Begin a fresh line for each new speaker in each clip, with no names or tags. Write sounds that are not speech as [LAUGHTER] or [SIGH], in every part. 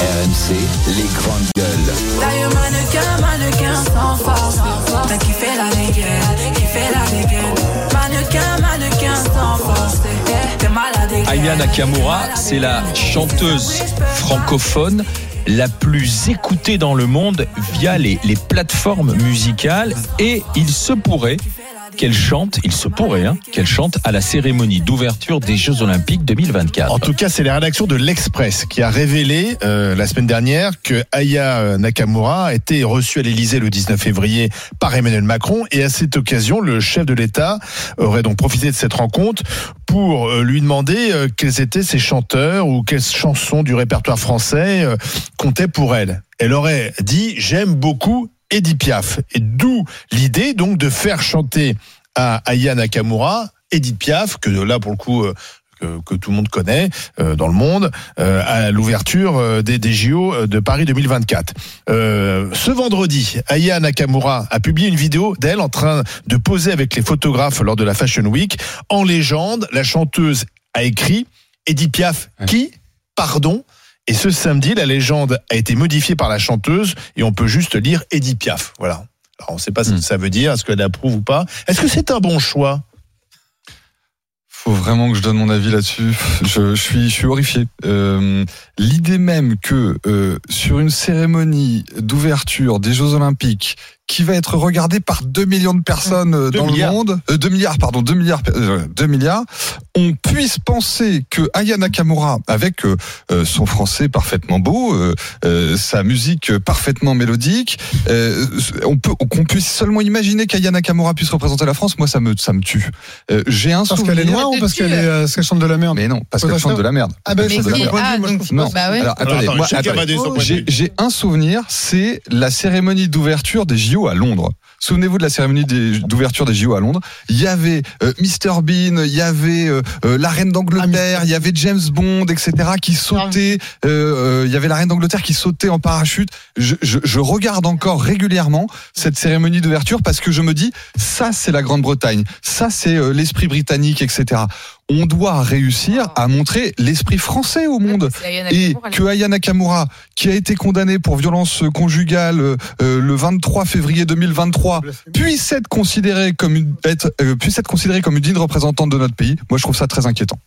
RMC, les grandes gueules.
Taille mannequin, mannequin sans force. T'as kiffé la dégaine, kiffé la dégaine. Mannequin, mannequin sans force. Eh, T'es malade
Aya Nakamura, c'est la chanteuse francophone la plus écoutée dans le monde via les, les plateformes musicales et il se pourrait qu'elle chante, il se pourrait hein, qu'elle chante à la cérémonie d'ouverture des Jeux Olympiques 2024.
En tout cas, c'est la rédaction de l'Express qui a révélé euh, la semaine dernière que Aya euh, Nakamura a été reçue à l'Élysée le 19 février par Emmanuel Macron et à cette occasion, le chef de l'État aurait donc profité de cette rencontre pour euh, lui demander euh, quels étaient ses chanteurs ou quelles chansons du répertoire français euh, comptaient pour elle. Elle aurait dit j'aime beaucoup Edith Piaf et d'où l'idée donc de faire chanter à Aya Nakamura Edith Piaf que là pour le coup euh, que, que tout le monde connaît euh, dans le monde euh, à l'ouverture euh, des, des JO de Paris 2024. Euh, ce vendredi, Aya Nakamura a publié une vidéo d'elle en train de poser avec les photographes lors de la Fashion Week. En légende, la chanteuse a écrit Edith Piaf qui pardon et ce samedi, la légende a été modifiée par la chanteuse et on peut juste lire Edith Piaf. Voilà. Alors, on ne sait pas ce que ça veut dire, est-ce qu'elle approuve ou pas. Est-ce que c'est un bon choix
Faut vraiment que je donne mon avis là-dessus. Je, je suis, je suis horrifié. Euh, L'idée même que euh, sur une cérémonie d'ouverture des Jeux Olympiques qui va être regardée par 2 millions de personnes euh,
Deux
dans
milliards.
le monde, euh, 2 milliards, pardon, 2 milliards, euh, 2 milliards, on puisse penser que Aya Nakamura, avec euh, euh, son français parfaitement beau, euh, euh, sa musique parfaitement mélodique, euh, on peut qu'on puisse seulement imaginer qu'Aya Nakamura puisse représenter la France, moi ça me ça me tue. Euh, J'ai un
Parce
souvenir-
qu'elle est noire ou parce qu'elle est, euh, parce qu'elle chante de la merde
mais non, parce
Faut
qu'elle
pas
chante
faire-
de la merde.
Ah ben,
Elle
mais
chante de la
qui-
merde.
ah,
Non.
bah ouais.
Alors, attendez,
attends,
moi,
chacun
attendez.
va donner son point de
J'ai-
vue.
J'ai un souvenir, c'est la cérémonie d'ouverture des JO à Londres. Souvenez-vous de la cérémonie des- d'ouverture des JO à Londres. Il y avait euh, Mr Bean, il y avait euh, euh, la reine
Ah,
d'Angleterre, il y avait James Bond, etc. qui sautait. euh, euh, Il y avait la reine d'Angleterre qui sautait en parachute. Je, je- je regarde encore régulièrement cette cérémonie d'ouverture parce que je me dis, ça c'est la Grande-Bretagne, ça c'est euh, l'esprit britannique, etc. On doit réussir
Ah.
à montrer l'esprit français au monde et que Aya Nakamura, qui a été condamnée pour violence conjugale euh, euh, le 23 février 2023, puisse être considérée comme une être, euh, puisse être considérée comme une digne représentante de notre pays. Moi, je trouve ça très inquiétant.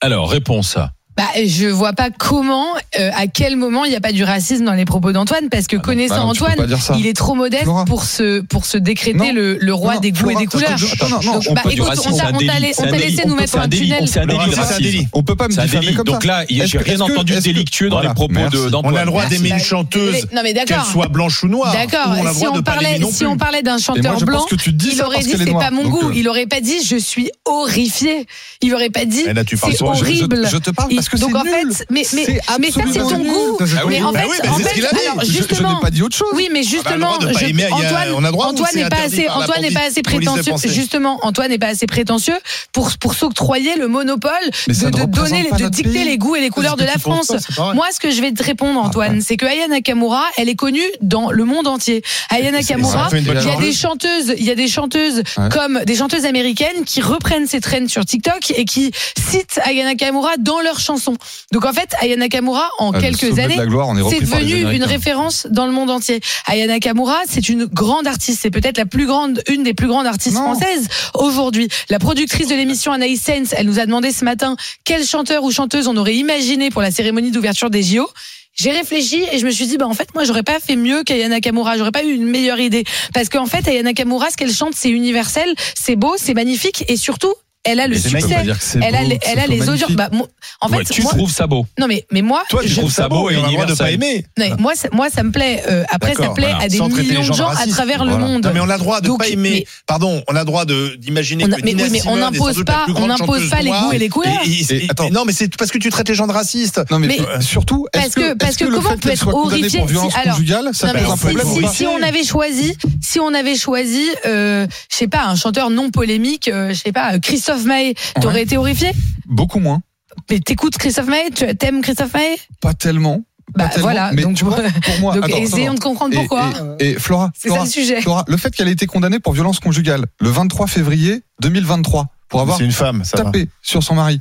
Alors, réponse à.
Bah, je vois pas comment, euh, à quel moment il n'y a pas du racisme dans les propos d'Antoine, parce que connaissant
Bah non, tu peux
Antoine,
pas dire ça.
il est trop modeste
Flora.
pour se pour se décréter
Non.
le, le roi
Non,
des goûts et
Flora,
des couleurs.
attends, attends, non, non,
Donc,
on
bah,
peut
Pas du
écoute,
racisme,
on
c'est
t'a
un
on
délit,
t'a la-
c'est
on
un
t'a
délit,
laissé
on
nous
peut-
mettre
c'est
un
délit,
tunnel.
C'est un
Le
délit de
racisme, c'est un
racisme.
délit.
On peut pas me
C'est un
diffamer
délit.
comme
Donc
ça.
là, il-
Est-ce
j'ai
que-
rien
est-ce que-
entendu de
est-ce que-
délictueux dans
voilà,
les propos
merci.
de-
On a
d'Antoine.
le droit
Merci.
d'aimer une chanteuse,
Non mais
qu'elle
d'accord.
soit blanche ou noire.
D'accord.
Ou on a le
Si
droit de
on
pas
parlait,
l'aimer non
si
plus.
on parlait d'un
Et moi,
chanteur
je
blanc,
pense que tu dis
il
ça
aurait
parce
dit
qu'elle est
c'est
noire.
pas mon
Donc,
goût.
euh,
Il aurait pas dit je suis horrifié. Il aurait pas dit
Mais là, tu parles
c'est
sur- je- je-
horrible.
Je te parle
Et
parce que
donc
c'est
en
nul.
fait, mais mais,
C'est
mais ça c'est
absolument
ton
nul.
goût.
Ah
Mais en
Bah
fait,
oui, mais
en
c'est ce
fait,
qu'il a dit.
alors
Je- je
justement,
n'ai pas dit autre chose.
oui, mais
bah, on a le
justement,
droit de pas
je-
aimer, il y a-
Antoine,
on a le droit,
Antoine
c'est
n'est pas
interdit
assez,
par la
Antoine n'est pas assez
police de
prétentieux.
pensée.
Justement, Antoine n'est pas assez prétentieux pour pour s'octroyer le monopole
Mais
de,
ça ne
de
représente
donner, les-
pas
de
notre
dicter
pays.
les goûts et les couleurs
ce que
de la
tu penses,
France.
toi, c'est pareil.
Moi, ce que je vais te répondre,
Ah,
Antoine, c'est que Aya Nakamura, elle est connue dans le monde entier. Aya Nakamura,
ça fait une
il
bonne
y a
chanteuse.
des chanteuses, il y a des chanteuses
Ouais.
comme des chanteuses américaines qui reprennent ces trends sur TikTok et qui citent Aya Nakamura dans leurs chansons. Donc en fait, Aya Nakamura, en
Ah, le
quelques
sommet de
années,
la gloire, on est
c'est
repris par les
devenu une
Américains.
référence dans le monde entier. Aya Nakamura, c'est une grande artiste. C'est peut-être la plus grande, une des plus grandes artistes
Non.
françaises aujourd'hui. La productrice de l'émission Anaïs Sens, elle nous a demandé ce matin quel chanteur ou chanteuse on aurait imaginé pour la cérémonie d'ouverture des JO. J'ai réfléchi et je me suis dit, bah en fait, moi, j'aurais pas fait mieux qu'Aya Nakamura. J'aurais pas eu une meilleure idée. Parce qu'en fait, Aya Nakamura, ce qu'elle chante, c'est universel, c'est beau, c'est magnifique et surtout, elle a le
Mais c'est
succès. Elle a, les- elle a les audiences. Bah, moi- Eh, en
Ouais,
fait,
tu
moi,
trouves ça beau.
non mais, mais moi,
Toi, tu
je-
trouves ça beau et on a le droit de pas
universel.
aimer.
non, mais moi, ça, moi, ça me plaît. Euh, après, ça
D'accord,
plaît
voilà.
à des
Sans traiter
millions
les gens
de
de
gens à
racistes.
travers le
Voilà.
monde.
Non, mais on a le droit de
Donc,
pas aimer.
mais-
Pardon, on a le droit de d'imaginer
On
que
a- mais
Nina
oui, mais on
Simone est sans
n'impose
doute la
pas-
plus grande
on n'impose
chanteuse
pas les
noire.
goûts et les couleurs.
Et- et-
Et-
et-
attends.
non, mais c'est parce que tu traites les gens de racistes.
Non mais,
Mais-
euh, surtout
parce
est-ce
que- parce
est-ce
que
le
comment
fait
on peut
qu'elle
être
soit condamnée
horrifié
pour violence
si- alors-
conjugale, ça
Non,
pose
mais
un
si,
problème ou
si-
pas
si on avait choisi, si on avait choisi, euh, je sais pas, un chanteur non polémique, euh, je sais pas, euh, Christophe Maé, t'aurais
Ouais.
été horrifié
Beaucoup moins,
Mais t'écoutes Christophe Maé, tu aimes Christophe Maé
pas tellement. pas
Bah,
tellement,
voilà,
Mais
donc-
tu vois, pour moi,
Donc
attends, attends,
essayons de comprendre
Et-
pourquoi.
Et, et Flora,
C'est ça
Flora,
le sujet.
Flora, le fait qu'elle ait été condamnée pour violence conjugale le 23 février 2023 pour avoir
C'est une femme, ça va.
tapé sur son mari.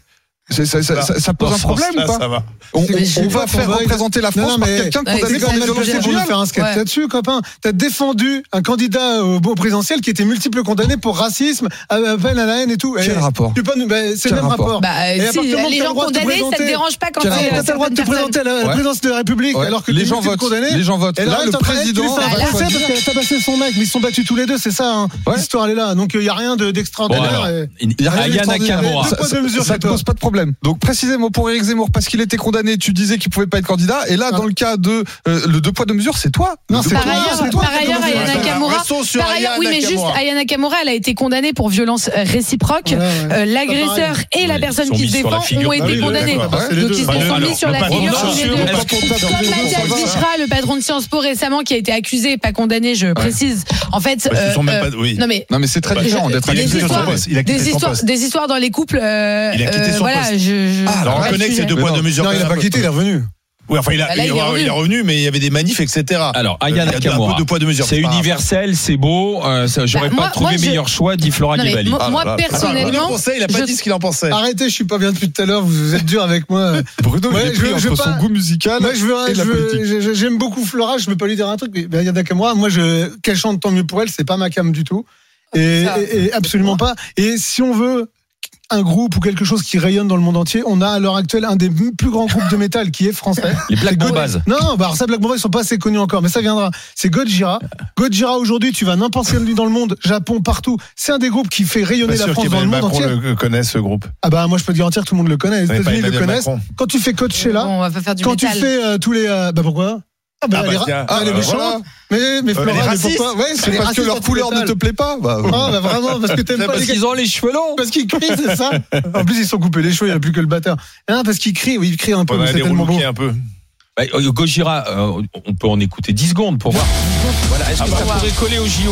C'est- ça, ça- ça- ça pose un problème ou pas
Ça va.
On, on-
Mais je
on
sais
va
pas,
faire
on va-
représenter la
Non,
France
non,
par
mais-
quelqu'un
Ouais,
condamné
c'est
pour des
quand même
violences
obligé de
Je voulais
conjugales.
faire un sketch
Ouais.
là-dessus, copain. T'as défendu un candidat au, au présidentiel qui était multiple condamné pour racisme, à- à peine à la haine et tout.
Quel
Eh,
rapport
tu peux nous- ben, C'est le
Quel
même
rapport
rapport.
Bah,
Et à
si,
partir du moment
les
où t'as le
gens
droit de te
condamnés, ça
présenter-
ne dérange pas
Quel
quand c'est,
rapport
euh,
T'as le droit de te
certaines
présenter à la la
Ouais.
présidence de la République
Ouais.
alors que
les
t'es
gens
multiple
votent.
condamné.
Les gens votent.
Et
Là,
là,
le
t'es en train de-
président.
Tu
va
le fais
Bah, là,
choisir.
avancer parce que t'as tabassé son mec, mais ils se sont battus tous les deux, c'est ça. hein.
Ouais.
L'histoire elle est là. Donc il n'y a rien de-
Bon,
d'extraordinaire.
alors,
et-
y a rien
Aya
d'extraordinaire.
Nakamura.
Ça,
Deux poids, deux
ça-
mesures,
ça
c'est
te
toi.
pose pas de problème. Donc précisément pour Éric Zemmour, parce qu'il était condamné, tu disais qu'il pouvait pas être candidat. Et là, dans le cas de euh, le deux poids deux mesures, c'est toi.
Non,
Le deux
c'est
poids,
Par
toi,
ailleurs,
c'est toi
par
qui as
ailleurs,
commencé.
Aya
Voilà,
Nakamura.
restons sur
par
Aya
ailleurs- oui, mais juste,
Nakamura.
Aya Nakamura, elle a été condamnée pour violence euh, réciproque.
Ouais, ouais.
Euh, L'agresseur et la
Ils
personne
sont
qui
mis
se
sur la
défend
figure.
ont
Ah
oui,
été
le-
condamnés.
d'accord,
Donc
c'est les
ils
deux.
se
Bah,
sont
alors,
mis sur
le
la
patron
figure
de
tous les
censure,
deux.
est-ce
Comme Mathias Vichra, le patron de Sciences Po récemment, qui a été accusé, pas condamné, je précise. En fait,
Parce qu'ils
euh,
sont même
euh,
pas- oui.
non mais
Non mais c'est très
Bah,
différent
je-
d'être
il
a
accusé
quitté
des
de
son
histoires,
poste. Il a quitté
des
son
histoires,
poste.
des histoires dans les couples. euh,
Il a quitté son
euh, voilà,
poste.
je, je-
Ah,
Alors on
Ouais,
reconnaît que c'est deux
Mais
poids,
non.
deux mesures.
Non, Ah, il a pas quitté, il est revenu.
Oui, enfin, il, a-
Bah là,
il
il est
re- il est revenu, mais il y avait des manifs, etc.
Alors,
Il y
Aya
a un peu
Nakamura.
de poids, de mesure.
C'est
pas grave.
universel, c'est beau. euh, ça, J'aurais
Bah,
pas
moi-
trouvé
moi, je-
meilleur choix, dit Flora
Non, mais
Guévali.
moi-
Ah,
moi,
là, là.
Attends,
personnellement-
le conseil, il a pas
je-
dit ce qu'il en pensait.
Arrêtez, je suis pas bien depuis tout à l'heure, vous vous êtes dur avec moi.
Bruno, il
Ouais,
est pris
je- je
entre
veux
son
pas-
goût musical
Moi, je veux,
et
je
la
veux-
politique.
je- je- j'aime beaucoup Flora, je peux pas lui dire un truc, mais ben, il y en a qu'à moi. Moi, je, qu'elle chante, tant mieux pour elle, c'est pas ma cam du tout. Et,
Ça.
et- et absolument pas. Et si on veut un groupe ou quelque chose qui rayonne dans le monde entier, on a à l'heure actuelle un des m- plus grands groupes de métal qui est français.
Les
[LAUGHS]
Black
Go-
Bombas.
Non, bah alors ça, Black Mamba, ils sont pas assez connus encore, mais ça viendra. C'est Gojira. Gojira, aujourd'hui, tu vas n'importe quelle nuit dans le monde, Japon, partout. C'est un des groupes qui fait rayonner
Pas
la
sûr
France dans
qu'Emmanuel
le monde
Macron
entier.
le le connaît, ce groupe.
Ah bah, moi, je peux te garantir, tout le monde le connaît.
Mais
Les
pas
États-Unis le
Emmanuel
connaissent.
Macron.
Quand tu fais Coachella,
Bon, on va pas faire du
quand tu
métal.
fais euh, tous les. euh, bah pourquoi Ah bah,
Ah bah,
elle est ra-
tiens.
ah, elle est
Ah,
méchante.
voilà.
Mais, mais Flora,
elle est
mais
raciste.
pourquoi Ouais,
C'est parce que leur couleur ne te plaît pas. Bah,
Ah bah vraiment, parce que t'aimes pas les gars.
ont les cheveux longs.
Parce qu'ils crient, c'est ça En plus, ils sont coupés les cheveux, il n'y a plus que le batteur. Non, parce qu'ils crient, oui, ils crient un peu,
On
mais
a
c'est
des
tellement beau.
un peu.
Bah, euh, Gojira, euh, on peut en écouter 10 secondes pour voir. Voilà, est-ce que ça pourrait coller au JO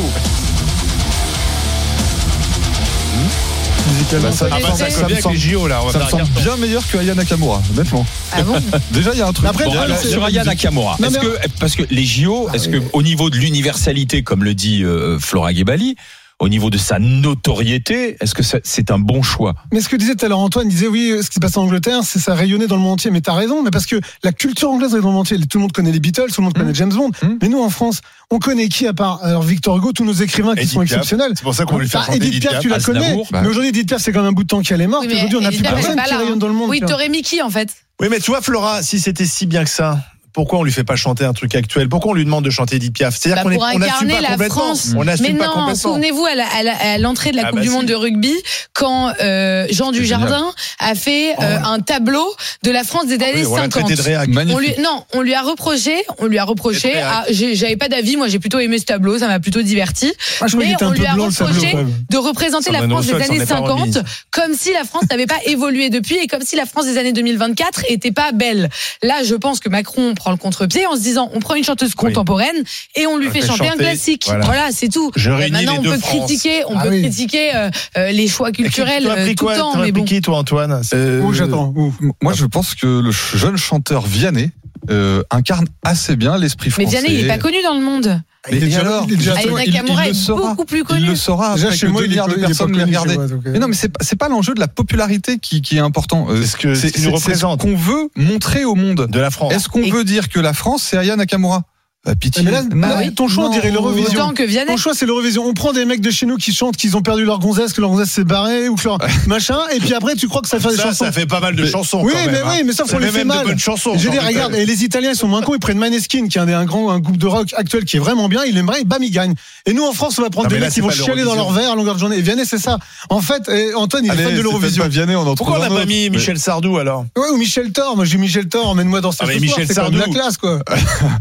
bah, ça,
Ah bah, ça
ça
colle bien
me
avec les
semble,
JO, là. On va
ça me
faire un
semble
carton.
bien meilleur que Aya Nakamura, honnêtement.
Ah [LAUGHS] bon
Déjà, il y a un truc.
Après,
Bon,
Bon,
Ouais,
alors
c'est-
sur Aya Nakamura,
Non,
est-ce
mais-
que parce que les JO, est-ce que au niveau de l'universalité, comme le dit euh, Flora Gebali, au niveau de sa notoriété, est-ce que ça- c'est un bon choix
Mais ce que disait tout à l'heure Antoine, il disait oui, ce qui se passe en Angleterre, c'est ça rayonnait dans le monde entier. Mais t'as raison, mais parce que la culture anglaise est dans le monde entier. Tout le monde connaît les Beatles, tout le monde
Hmm.
connaît James Bond.
Mmh.
Mais nous, en France, on connaît qui à part alors Victor Hugo, tous nos écrivains qui
Edith
sont
Piaf.
exceptionnels.
C'est pour ça qu'on veut lui faire
Ah,
chanter
Edith Piaf, tu la
Aznavour.
connais.
Bah.
Mais aujourd'hui, Edith Piaf, c'est quand même un bout de temps qu'elle est morte.
Oui, mais
aujourd'hui, on n'a
Edith
plus
Piaf, elle est
personne
pas
qui
là,
rayonne
hein.
dans le monde.
Oui,
tu vois.
t'aurais Mickey en fait.
Oui, mais tu vois, Flora, si c'était si bien que ça. Pourquoi on lui fait pas chanter un truc actuel Pourquoi on lui demande de chanter Edith Piaf
Bah,
C'est-à-dire qu'on est-
pour
on n'assume
incarner
pas
la
complètement.
France.
On n'assume
Mais
Ah, pas
non,
complètement.
souvenez-vous à la- à la- à l'entrée de la
Ah
Coupe
bah
du
si.
Monde de rugby, quand euh, Jean Dujardin a fait euh, un tableau de la France des années
Ah Oui, on l'a
50.
traité de réac.
On
Magnifique.
lui, non, on lui a reproché, on lui a reproché.
Très
ah, j'ai- J'avais pas d'avis, moi j'ai plutôt aimé ce tableau, ça m'a plutôt diverti.
Ah, je
mais
crois qu'il était
on
un peu
lui a
blanc, le tableau,
reproché
quand même.
de représenter la
Sandrine
France des
Rousseau, elle s'en
années
est pas
50
remise.
comme si la France n'avait pas [LAUGHS] évolué depuis et comme si la France des années 2024 était pas belle. Là, je pense que Macron prend le contre-pied en se disant on prend une chanteuse contemporaine et on lui
On
fait
fait
chanter un
chanter,
classique. Voilà,
voilà.
c'est tout.
Je
Bah,
réunis
Maintenant,
les
on
deux
peut
France.
critiquer, on
Ah
peut
oui.
critiquer euh, euh, les choix culturels
T'aurais
euh,
pris
tout
quoi
le temps,
T'aurais
mais bon.
pris qui, toi, Antoine
Euh,
Ou j'attends. ou-
Moi, je pense que le ch- jeune chanteur Vianney euh, incarne assez bien l'esprit
Mais
français.
Vianney, il est pas connu dans le monde.
Mais
Il est déjà-
alors,
il est déjà-
justement,
Aya
il-
Nakamura
il le
est
saura.
beaucoup plus
Il le
connu.
saura
Déjà,
après
chez
ah, que
moi,
deux
il est
milliards de
connu, il est
personnes
pas
les
connu chez
regardaient.
moi, donc, euh.
Mais non, mais c'est pas, c'est pas l'enjeu de la popularité qui, qui est important. Euh,
C'est ce que- ce qui nous
c'est- c'est
représente.
qu'on veut montrer au monde.
De la France.
Est-ce qu'on
Et-
veut dire que la France, c'est Aya Nakamura Bah, Pitié.
Mais là,
Non.
là, ton choix, on dirait l'Eurovision.
Autant que Vianney.
Mon choix, c'est l'Eurovision. On prend des mecs de chez nous qui chantent qu'ils ont perdu leur gonzesse, que leur gonzesse s'est barrée ou que leur machin, et puis après, tu crois que ça fait des
Ça,
chansons.
ça fait pas mal de chansons.
Oui,
quand même,
mais
hein.
oui, mais sauf
Ça
qu'on les
fait
fait
même
mal.
de bonnes chansons.
Je dis,
quand même.
regarde, et les Italiens, ils sont moins cons, ils prennent Maneskin, qui est un, des- un grand un groupe de rock actuel qui est vraiment bien, ils l'aimeraient, bam, ils gagnent. Et nous, en France, on va prendre
Non,
des
mais là,
mecs qui
c'est
vont
pas
chialer dans
l'Eurovision.
leur verre à longueur de journée. Et Vianney, c'est ça. En fait, et Antoine, il est
Allez,
fan de
c'est
l'Eurovision.
peut-être pas Vianney, on en
Pourquoi on
trouve
n'a
un
pas
autre.
mis
Mais-
Michel Sardou alors
Ouais, ou Michel Thor. Moi, j'ai Michel Thor, emmène-moi dans cette
Ah, mais
histoire,
Michel
c'est quand même
Sardou.
la classe, quoi.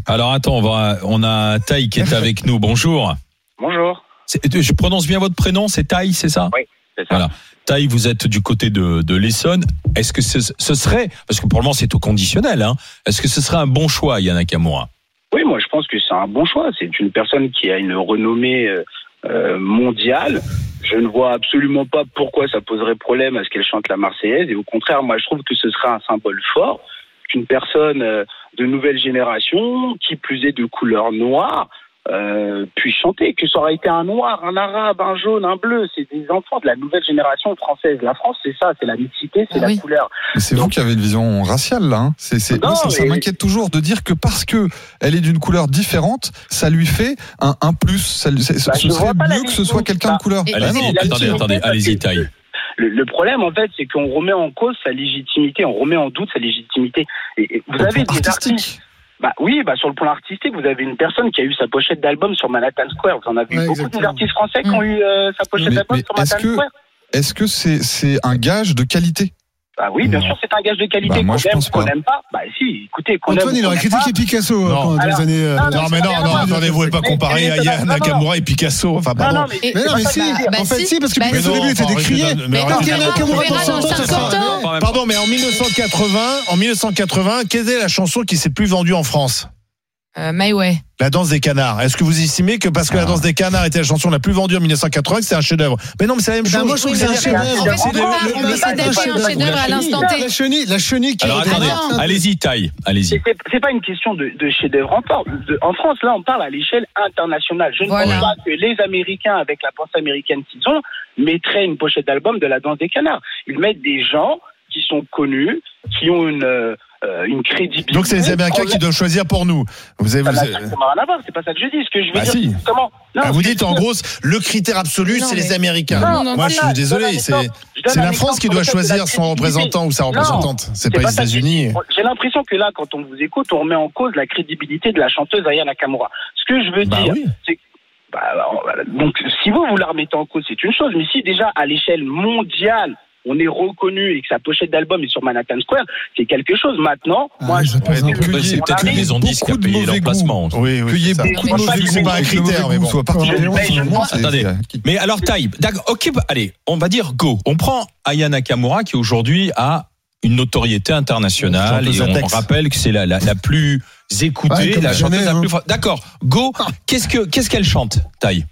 Alors attends, on va, on a Taï qui est avec nous. Bonjour.
Bonjour.
C'est- euh, Je prononce bien votre prénom, c'est Taï, c'est ça
C'est ça.
Voilà. Taï, vous êtes du côté de, de l'Essonne. Est-ce que ce, ce serait, parce que pour le moment c'est au conditionnel, hein, est-ce que ce serait un bon choix, Aya Nakamura
Oui, moi je pense que c'est un bon choix. C'est une personne qui a une renommée euh, euh, mondiale. Je ne vois absolument pas pourquoi ça poserait problème à ce qu'elle chante la Marseillaise. Et au contraire, moi je trouve que ce serait un symbole fort qu'une personne euh, de nouvelle génération, qui plus est de couleur noire, euh, puissent chanter, que ça aurait été un noir, un arabe, un jaune, un bleu. C'est des enfants de la nouvelle génération française. La France, c'est ça, c'est la mixité, c'est
Ah
la
oui.
couleur.
Mais c'est vous qui avez une vision raciale là. hein. C'est, c'est-
Non,
moi, ça, ça
mais-
m'inquiète toujours de dire que parce que elle est d'une couleur différente, ça lui fait un, un plus. Ça, lui- c'est-
Bah,
ce
je
serait
vois pas la
mieux que ce soit
différence.
quelqu'un de couleur.
Et-
Bah non.
Allez-y,
la
attendez,
légitimité,
attendez,
parce
allez-y,
que-
taille.
Le, le problème, en fait, c'est qu'on remet en cause sa légitimité, on remet en doute sa légitimité. Et, et vous
Au
avez
plan
des artistes.
artistique.
Bah oui, bah sur le plan artistique, vous avez une personne qui a eu sa pochette d'album sur Manhattan Square. Vous en
Ouais,
avez eu beaucoup
exactement.
d'artistes français qui
Mm.
ont eu euh, sa pochette
Mais-
d'album
mais
sur Manhattan
est-ce que-
Square.
Est-ce que c'est, c'est un gage de qualité
Bah oui, bien
Non.
sûr, c'est un gage de qualité.
Bah, moi,
qu'on
je
aime,
pense
qu'on
pas.
n'aime pas. Bah si, écoutez, qu'on aime.
Antoine,
ou
il
qu'on
aurait
aime pas,
critiqué Picasso euh,
Non.
quand- dans
Alors-
les années. euh,
Non,
Non, mais non, non, attendez, vous ne pouvez pas
Mais-
comparer
mais-
Aya
non, non.
Nakamura et Picasso. Enfin,
hein. Non,
pardon.
non, mais,
Mais non, mais
Bah,
si,
bah,
en fait,
si.
si, parce que
Bah,
Picasso au
non,
début était
enfin,
décrié.
arrêtez de- mais
Mais
arrêtez
quand
de-
il y en a
arrêtez de-
qui ont
arrêtez de-
raison,
arrêtez de-
cinquante
arrêtez de-
ans.
Quand même.
Pardon, mais en 1980, en 1980, quelle est la chanson qui s'est plus vendue en France
Euh, My Way.
La danse des canards. Est-ce que vous estimez que parce que
Ah.
la danse des canards était la chanson la plus vendue en 1980, que c'est un chef-d'œuvre Mais non, mais c'est la même
Ben,
chose.
moi, je trouve que c'est un
Oui, mais
chef-d'œuvre.
en fait, on peut
Le-
pas-
le-
on peut
le-
pas
le-
dater un
le-
chef-d'œuvre à
la chenille.
l'instant T.
La chenille, la chenille qui
Alors
est
attendez,
non.
allez-y, taille, allez-y.
c'est- c'est pas une question de, de chef-d'œuvre. En, par- de- en France, là, on parle à l'échelle internationale. Je ne
Voilà.
pense pas que les Américains, avec la pensée américaine qu'ils ont, mettraient une pochette d'album de la danse des canards. Ils mettent des gens qui sont connus, qui ont une, euh, euh, une crédibilité. Oh,
Donc c'est les Américains qui doivent choisir pour nous. Vous avez,
Ça
vous,
n'a
avez-
strictement rien à voir, c'est pas ça que je dis. Ce que je veux
Bah
dire,
si.
c'est comment
Bah, vous dites en gros, le critère absolu,
Non,
c'est les
mais-
Américains.
Non, non,
Moi, je
non,
suis désolé, c'est c'est la France qui doit choisir son représentant ou sa représentante. C'est pas
pas
les
ça que je
États-Unis.
J'ai l'impression que là, quand on vous écoute, on remet en cause la crédibilité de la chanteuse Aya Nakamura. Ce que je veux
Bah
dire,
oui.
bah, voilà. donc si vous, vous la remettez en cause, c'est une chose, mais si déjà à l'échelle mondiale, on est reconnu et que sa pochette d'album est sur Manhattan Square, c'est quelque chose. Maintenant,
Ah,
moi, je
ça pèse
pense
un
que-
peu.
Ouais, C'est
on
peut-être une
arrive-
maison de disques qui a
beaucoup de
payé
mauvais
leur
goût.
placement.
Oui,
Qu'il y
oui.
ait
c'est ça.
beaucoup de
Moi, je
mauvais
pense que
goûts,
c'est pas
un
que le
critère,
mauvais
mais
goût
bon.
soit partagé,
Je-
en ce
je-
moment, c'est-
Attendez. Mais alors, taille, d'accord, ok, bah, allez, on va dire go. On prend Aya Nakamura qui aujourd'hui a une notoriété internationale
Chanteuse
et on
index.
rappelle que c'est la, la, la plus
Ouais,
écoutée,
comme
la
jamais,
chanteuse la
hein.
plus forte. D'accord, go. Qu'est-ce que qu'est-ce qu'elle chante, taille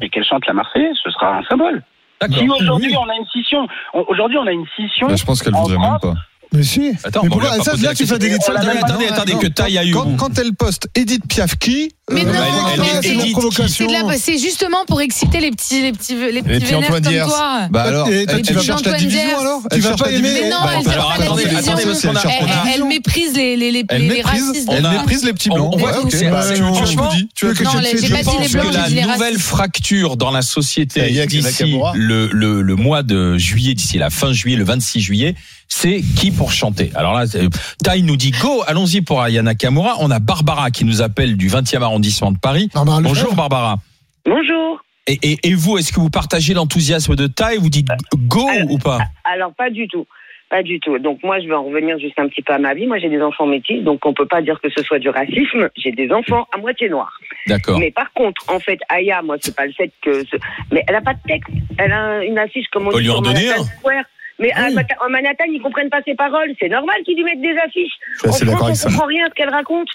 Et qu'elle chante la Marseillaise, ce sera un symbole.
D'accord.
Si aujourd'hui on a une scission, on- aujourd'hui on a une scission.
Bah, je pense qu'elle voudrait même pas.
Mais si.
Attends, on
Mais
lui a
pourquoi
pas
ça,
posé
là,
la
tu
question.
fais des
On l'a
Attendez,
même
attendez, attendez, que taille a eu.
Quand, quand elle poste Edith Piaf qui
Mais non,
elle- elle-
c'est de la
elle-
C'est
provocation.
de la- c'est justement pour exciter les petits, les petits, les petits
petits
vénères
Antoine
comme
Diers.
toi.
Bah alors,
Et
elle,
toi, tu
elle
vas
cherche
pas-
la division
Antoine
alors
Tu
Elle
vas
cherche
pas
la
aimer.
division
Mais non,
Bah,
elle
alors,
cherche pas la
attendez,
division.
attendez, parce qu'elle
Elle-
cherche
Elle,
pas la
elle- elle
division.
méprise les, les, les,
Elle
les
méprise,
racistes.
elle
On a-
méprise les petits
on-
blancs.
on
Ouais,
va-
ok.
on-
Bah, tu-
on-
tu
on-
me dis, tu veux que
non,
je-
les-
je
j'ai pas dit
pense
les
pense
blancs,
que
que
j'ai
la-
la
dit les racistes.
nouvelle fracture dans la
Ça y
société
est,
d'ici
Nakamura.
le, le, le mois de juillet, d'ici la fin juillet, le 26 juillet, c'est qui pour chanter Alors là, c'est- euh, Taï nous dit go, allons-y pour Ayana Kamura. On a Barbara qui nous appelle du 20e arrondissement de Paris.
Ah,
Barbara Lefebvre.
Bonjour Barbara.
Bonjour.
Et, et- et vous, est-ce que vous partagez l'enthousiasme de Taï Vous dites go
Euh,
ou pas
Alors, pas du tout. Pas du tout. Donc, moi, je vais en revenir juste un petit peu à ma vie. Moi, j'ai des enfants métis, donc on peut pas dire que ce soit du racisme. J'ai des enfants à moitié noirs.
D'accord.
Mais par contre, en fait, Aya, moi, c'est pas le fait que. ce- Mais elle a pas de texte. Elle a une affiche, comme on
Faut
dit.
lui hein. Ah en
sur
donner
Manhattan
un.
Square. Mais à Manhattan- en Manhattan, ils comprennent pas ses paroles. C'est normal qu'ils lui mettent des affiches.
Je suis assez
en
d'accord avec
France,
ça.
on comprend rien à ce qu'elle raconte.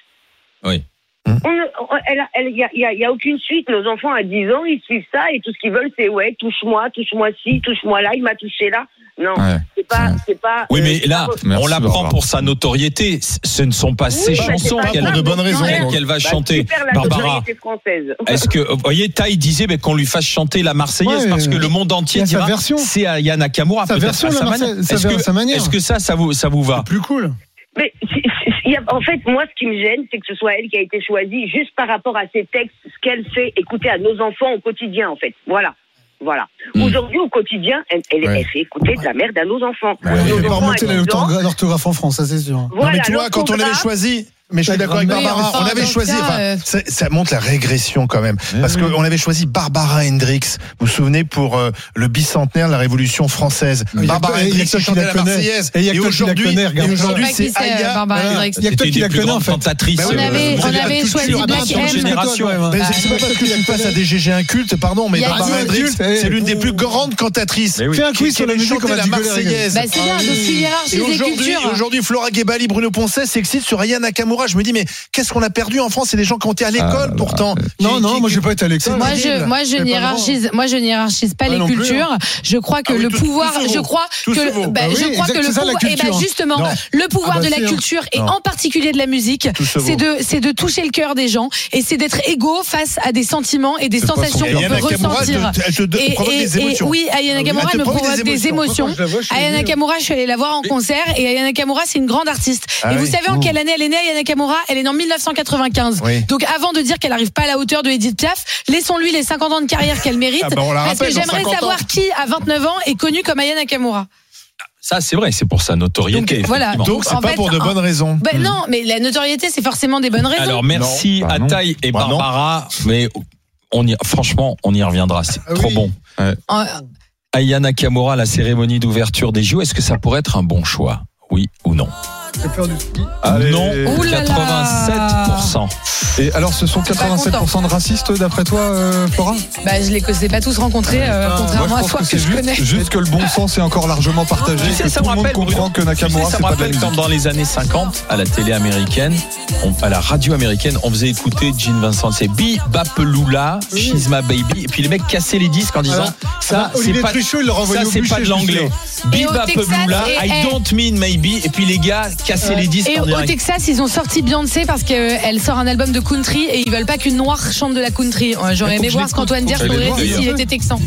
Oui.
On ne- on- elle a- elle- Il n'y a, il y a- il y a aucune suite. Nos enfants à 10 ans, ils suivent ça et tout ce qu'ils veulent, c'est ouais, touche-moi, touche-moi ci, touche-moi là, il m'a touché là. Non,
Ouais.
c'est pas, c'est pas.
Oui,
euh,
mais
c'est
là,
pas-
Merci,
on la prend
Barbara.
pour sa notoriété. C- Ce ne sont pas ses
Oui, bah, c'est
chansons
pas
qu'elle
grave.
Pour de bonnes raisons.
qu'elle- qu'elle va
Bah,
chanter.
super, la
Barbara,
notoriété française.
Est-ce que, vous voyez, Taï disait ben, qu'on lui fasse chanter la Marseillaise
Ouais,
parce que
euh,
le monde
il y
entier
a sa
dira
version.
c'est à Yana Kamura,
Sa
peut-être
version
à
de la
sa
Marseille-
manière.
sa
Est-ce
ver-
que,
sa manière.
est-ce que ça, ça vous, ça vous va
Plus cool.
Mais si- si- si- il y a- en fait, moi, ce qui me gêne, c'est que ce soit elle qui a été choisie juste par rapport à ses textes, ce qu'elle fait écouter à nos enfants au quotidien, en fait. Voilà. Voilà.
Hmm.
Mm.
Aujourd'hui, au quotidien, elle, elle-
Ouais.
elle fait écouter de la merde à nos enfants.
On
Nos
ne peut pas
enfants à
remonter
10 ans,
l'orthographe l'orthographe en France, ça c'est sûr.
Non, mais
Ah,
voilà,
tu vois, quand on avait
l'orthographe,
choisi. Mais je suis d'accord avec
Oui,
Barbara.
enfin,
on avait
dans
choisi.
ce cas,
enfin,
euh,
ça, ça montre la régression quand même.
Mais
Parce
oui.
qu'on avait choisi Barbara Hendricks. Vous vous souvenez pour euh, le bicentenaire de la Révolution française.
Il y a
Barbara
que- il y a
Hendricks
que toi qui
chantait
la
la
connais.
Marseillaise.
Et il y a
Et
que toi qui la
aujourd'hui,
connais, regarde.
et
Je sais
aujourd'hui,
pas qui
c'est
c'est, euh,
Aya.
Barbara
Voilà.
Hendricks.
Il y a que toi
C'était
qui
des
la
plus
connais en
grandes
fait.
tentatrices.
Bah oui,
euh,
On avait,
vous
on
avez la
avait
culture
choisi
urbaine
Black
sur
M.
Génération. Mais
Bah,
Ben, c'est pas parce qu'il y a une face à des GG incultes, pardon, mais
Il y a
Barbara
des
Hendricks,
incultes, eh,
c'est l'une des
pour-
plus grandes cantatrices.
Mais oui.
Fais un quiz
Qui-
sur la
qui
musique, on
chantait
va
la
rigoler, rigoler.
Marseillaise.
Bah, c'est bien, donc tu
Et
hiérarchises les
aujourd'hui,
cultures.
aujourd'hui, Flora Gebali, Bruno Poncet s'excite sur Aya Nakamura Nakamura. Je me dis, mais qu'est-ce qu'on a perdu en France C'est des gens qui ont été à l'école
Ah là là.
pourtant.
Non,
Qui-
non,
qui-
moi
qui-
j'ai pas été à l'école.
Moi je, moi, je
J'ai pas le droit.
n'hiérarchise, moi, je n'hiérarchise pas
Ah,
les
non plus,
cultures. Je crois que
Ah oui,
le
tout-
pouvoir,
tout se vaut.
je crois
Tout
que,
se
le-
vaut.
ben,
Bah oui,
je crois
exact,
que le
c'est ça, la
pouvoir, eh ben,
culture.
justement,
Non.
le pouvoir
Ah, bah,
de la
si, hein.
culture et
Non.
en particulier de la musique,
Tout se
c'est
vaut.
de, c'est de toucher le cœur des gens et c'est d'être égaux face à des sentiments et des
C'est pas son
sensations
cœur.
Et
qu'on peut
Yana Nakamura,
ressentir.
te- elle te de-
Et,
provoque
et-
des
et
émotions.
oui, Aya
Ah,
Nakamura
elle te
me
provoque
provoque
des
des
émotions.
émotions. Ah,
Moi, quand je la vois, je suis
Aya
ému.
Nakamura, je suis allée la voir en concert et Aya Nakamura, c'est une grande artiste.
Ah
et vous
oui.
savez en quelle année elle est née, Aya Nakamura Elle est née en 1995.
Oui.
Donc avant de dire qu'elle n'arrive pas à la hauteur de Edith Piaf, laissons-lui les 50 ans de carrière qu'elle mérite.
Ah bah, on la
parce que
rappelle, dans
j'aimerais
50 ans.
savoir qui, à 29 ans, est connu comme Aya Nakamura.
Ça, c'est vrai, c'est pour sa notoriété.
Donc, voilà.
effectivement.
Donc c'est
en
pas
fait,
pour de
un-
bonnes raisons.
Ben non, mais la notoriété, c'est forcément des bonnes raisons.
Alors merci
Non, bah non.
Ataï et
Bah non.
Barbara, mais on y, franchement, on y reviendra. C'est
Ah
trop
oui.
bon.
En-
Aya Nakamura, la cérémonie d'ouverture des JO, est-ce que ça pourrait être un bon choix Oui ou non
J'ai peur du ski.
Allez.
Non,
Ouh là là.
87%.
Et alors, ce sont
Je suis pas
87% de racistes, d'après toi, euh, Flora
bah, je les connais pas tous rencontrés, euh,
Moi,
contrairement
je
à
pense
toi
que
que,
c'est
je connais.
juste, juste que le bon sens est encore largement partagé.
Tu sais,
que
ça
tout
me
le monde
rappelle, Bruno.
comprend que
Tu sais,
Nakamura,
ça
c'est
me
pas de la
rappelle
musique.
quand dans les années 50, à la télé américaine, on- à la radio américaine, on faisait écouter Gene Vincent, c'est Bi Bapeloula, She's My Baby, et puis les mecs cassaient les disques en
Ah
disant ça, c'est
Olivier
pas
Truchot, il leur envoyait
ça
au
c'est pas
bûcher,
de
je suis
l'anglais.
sûr.
Bi
Et au Texas,
Bapeloula,
et-
I
et-
don't mean maybe, et puis les gars cassaient les disques
Et
en
au
direct.
Texas, ils ont sorti Beyoncé parce qu'elle sort un album de country et ils veulent pas qu'une noire chante de la country. Euh, J'aurais aimé voir ce qu'antoine Dier
faut que je
aurait
l'écoute,
dit s'il
d'ailleurs.
était texan.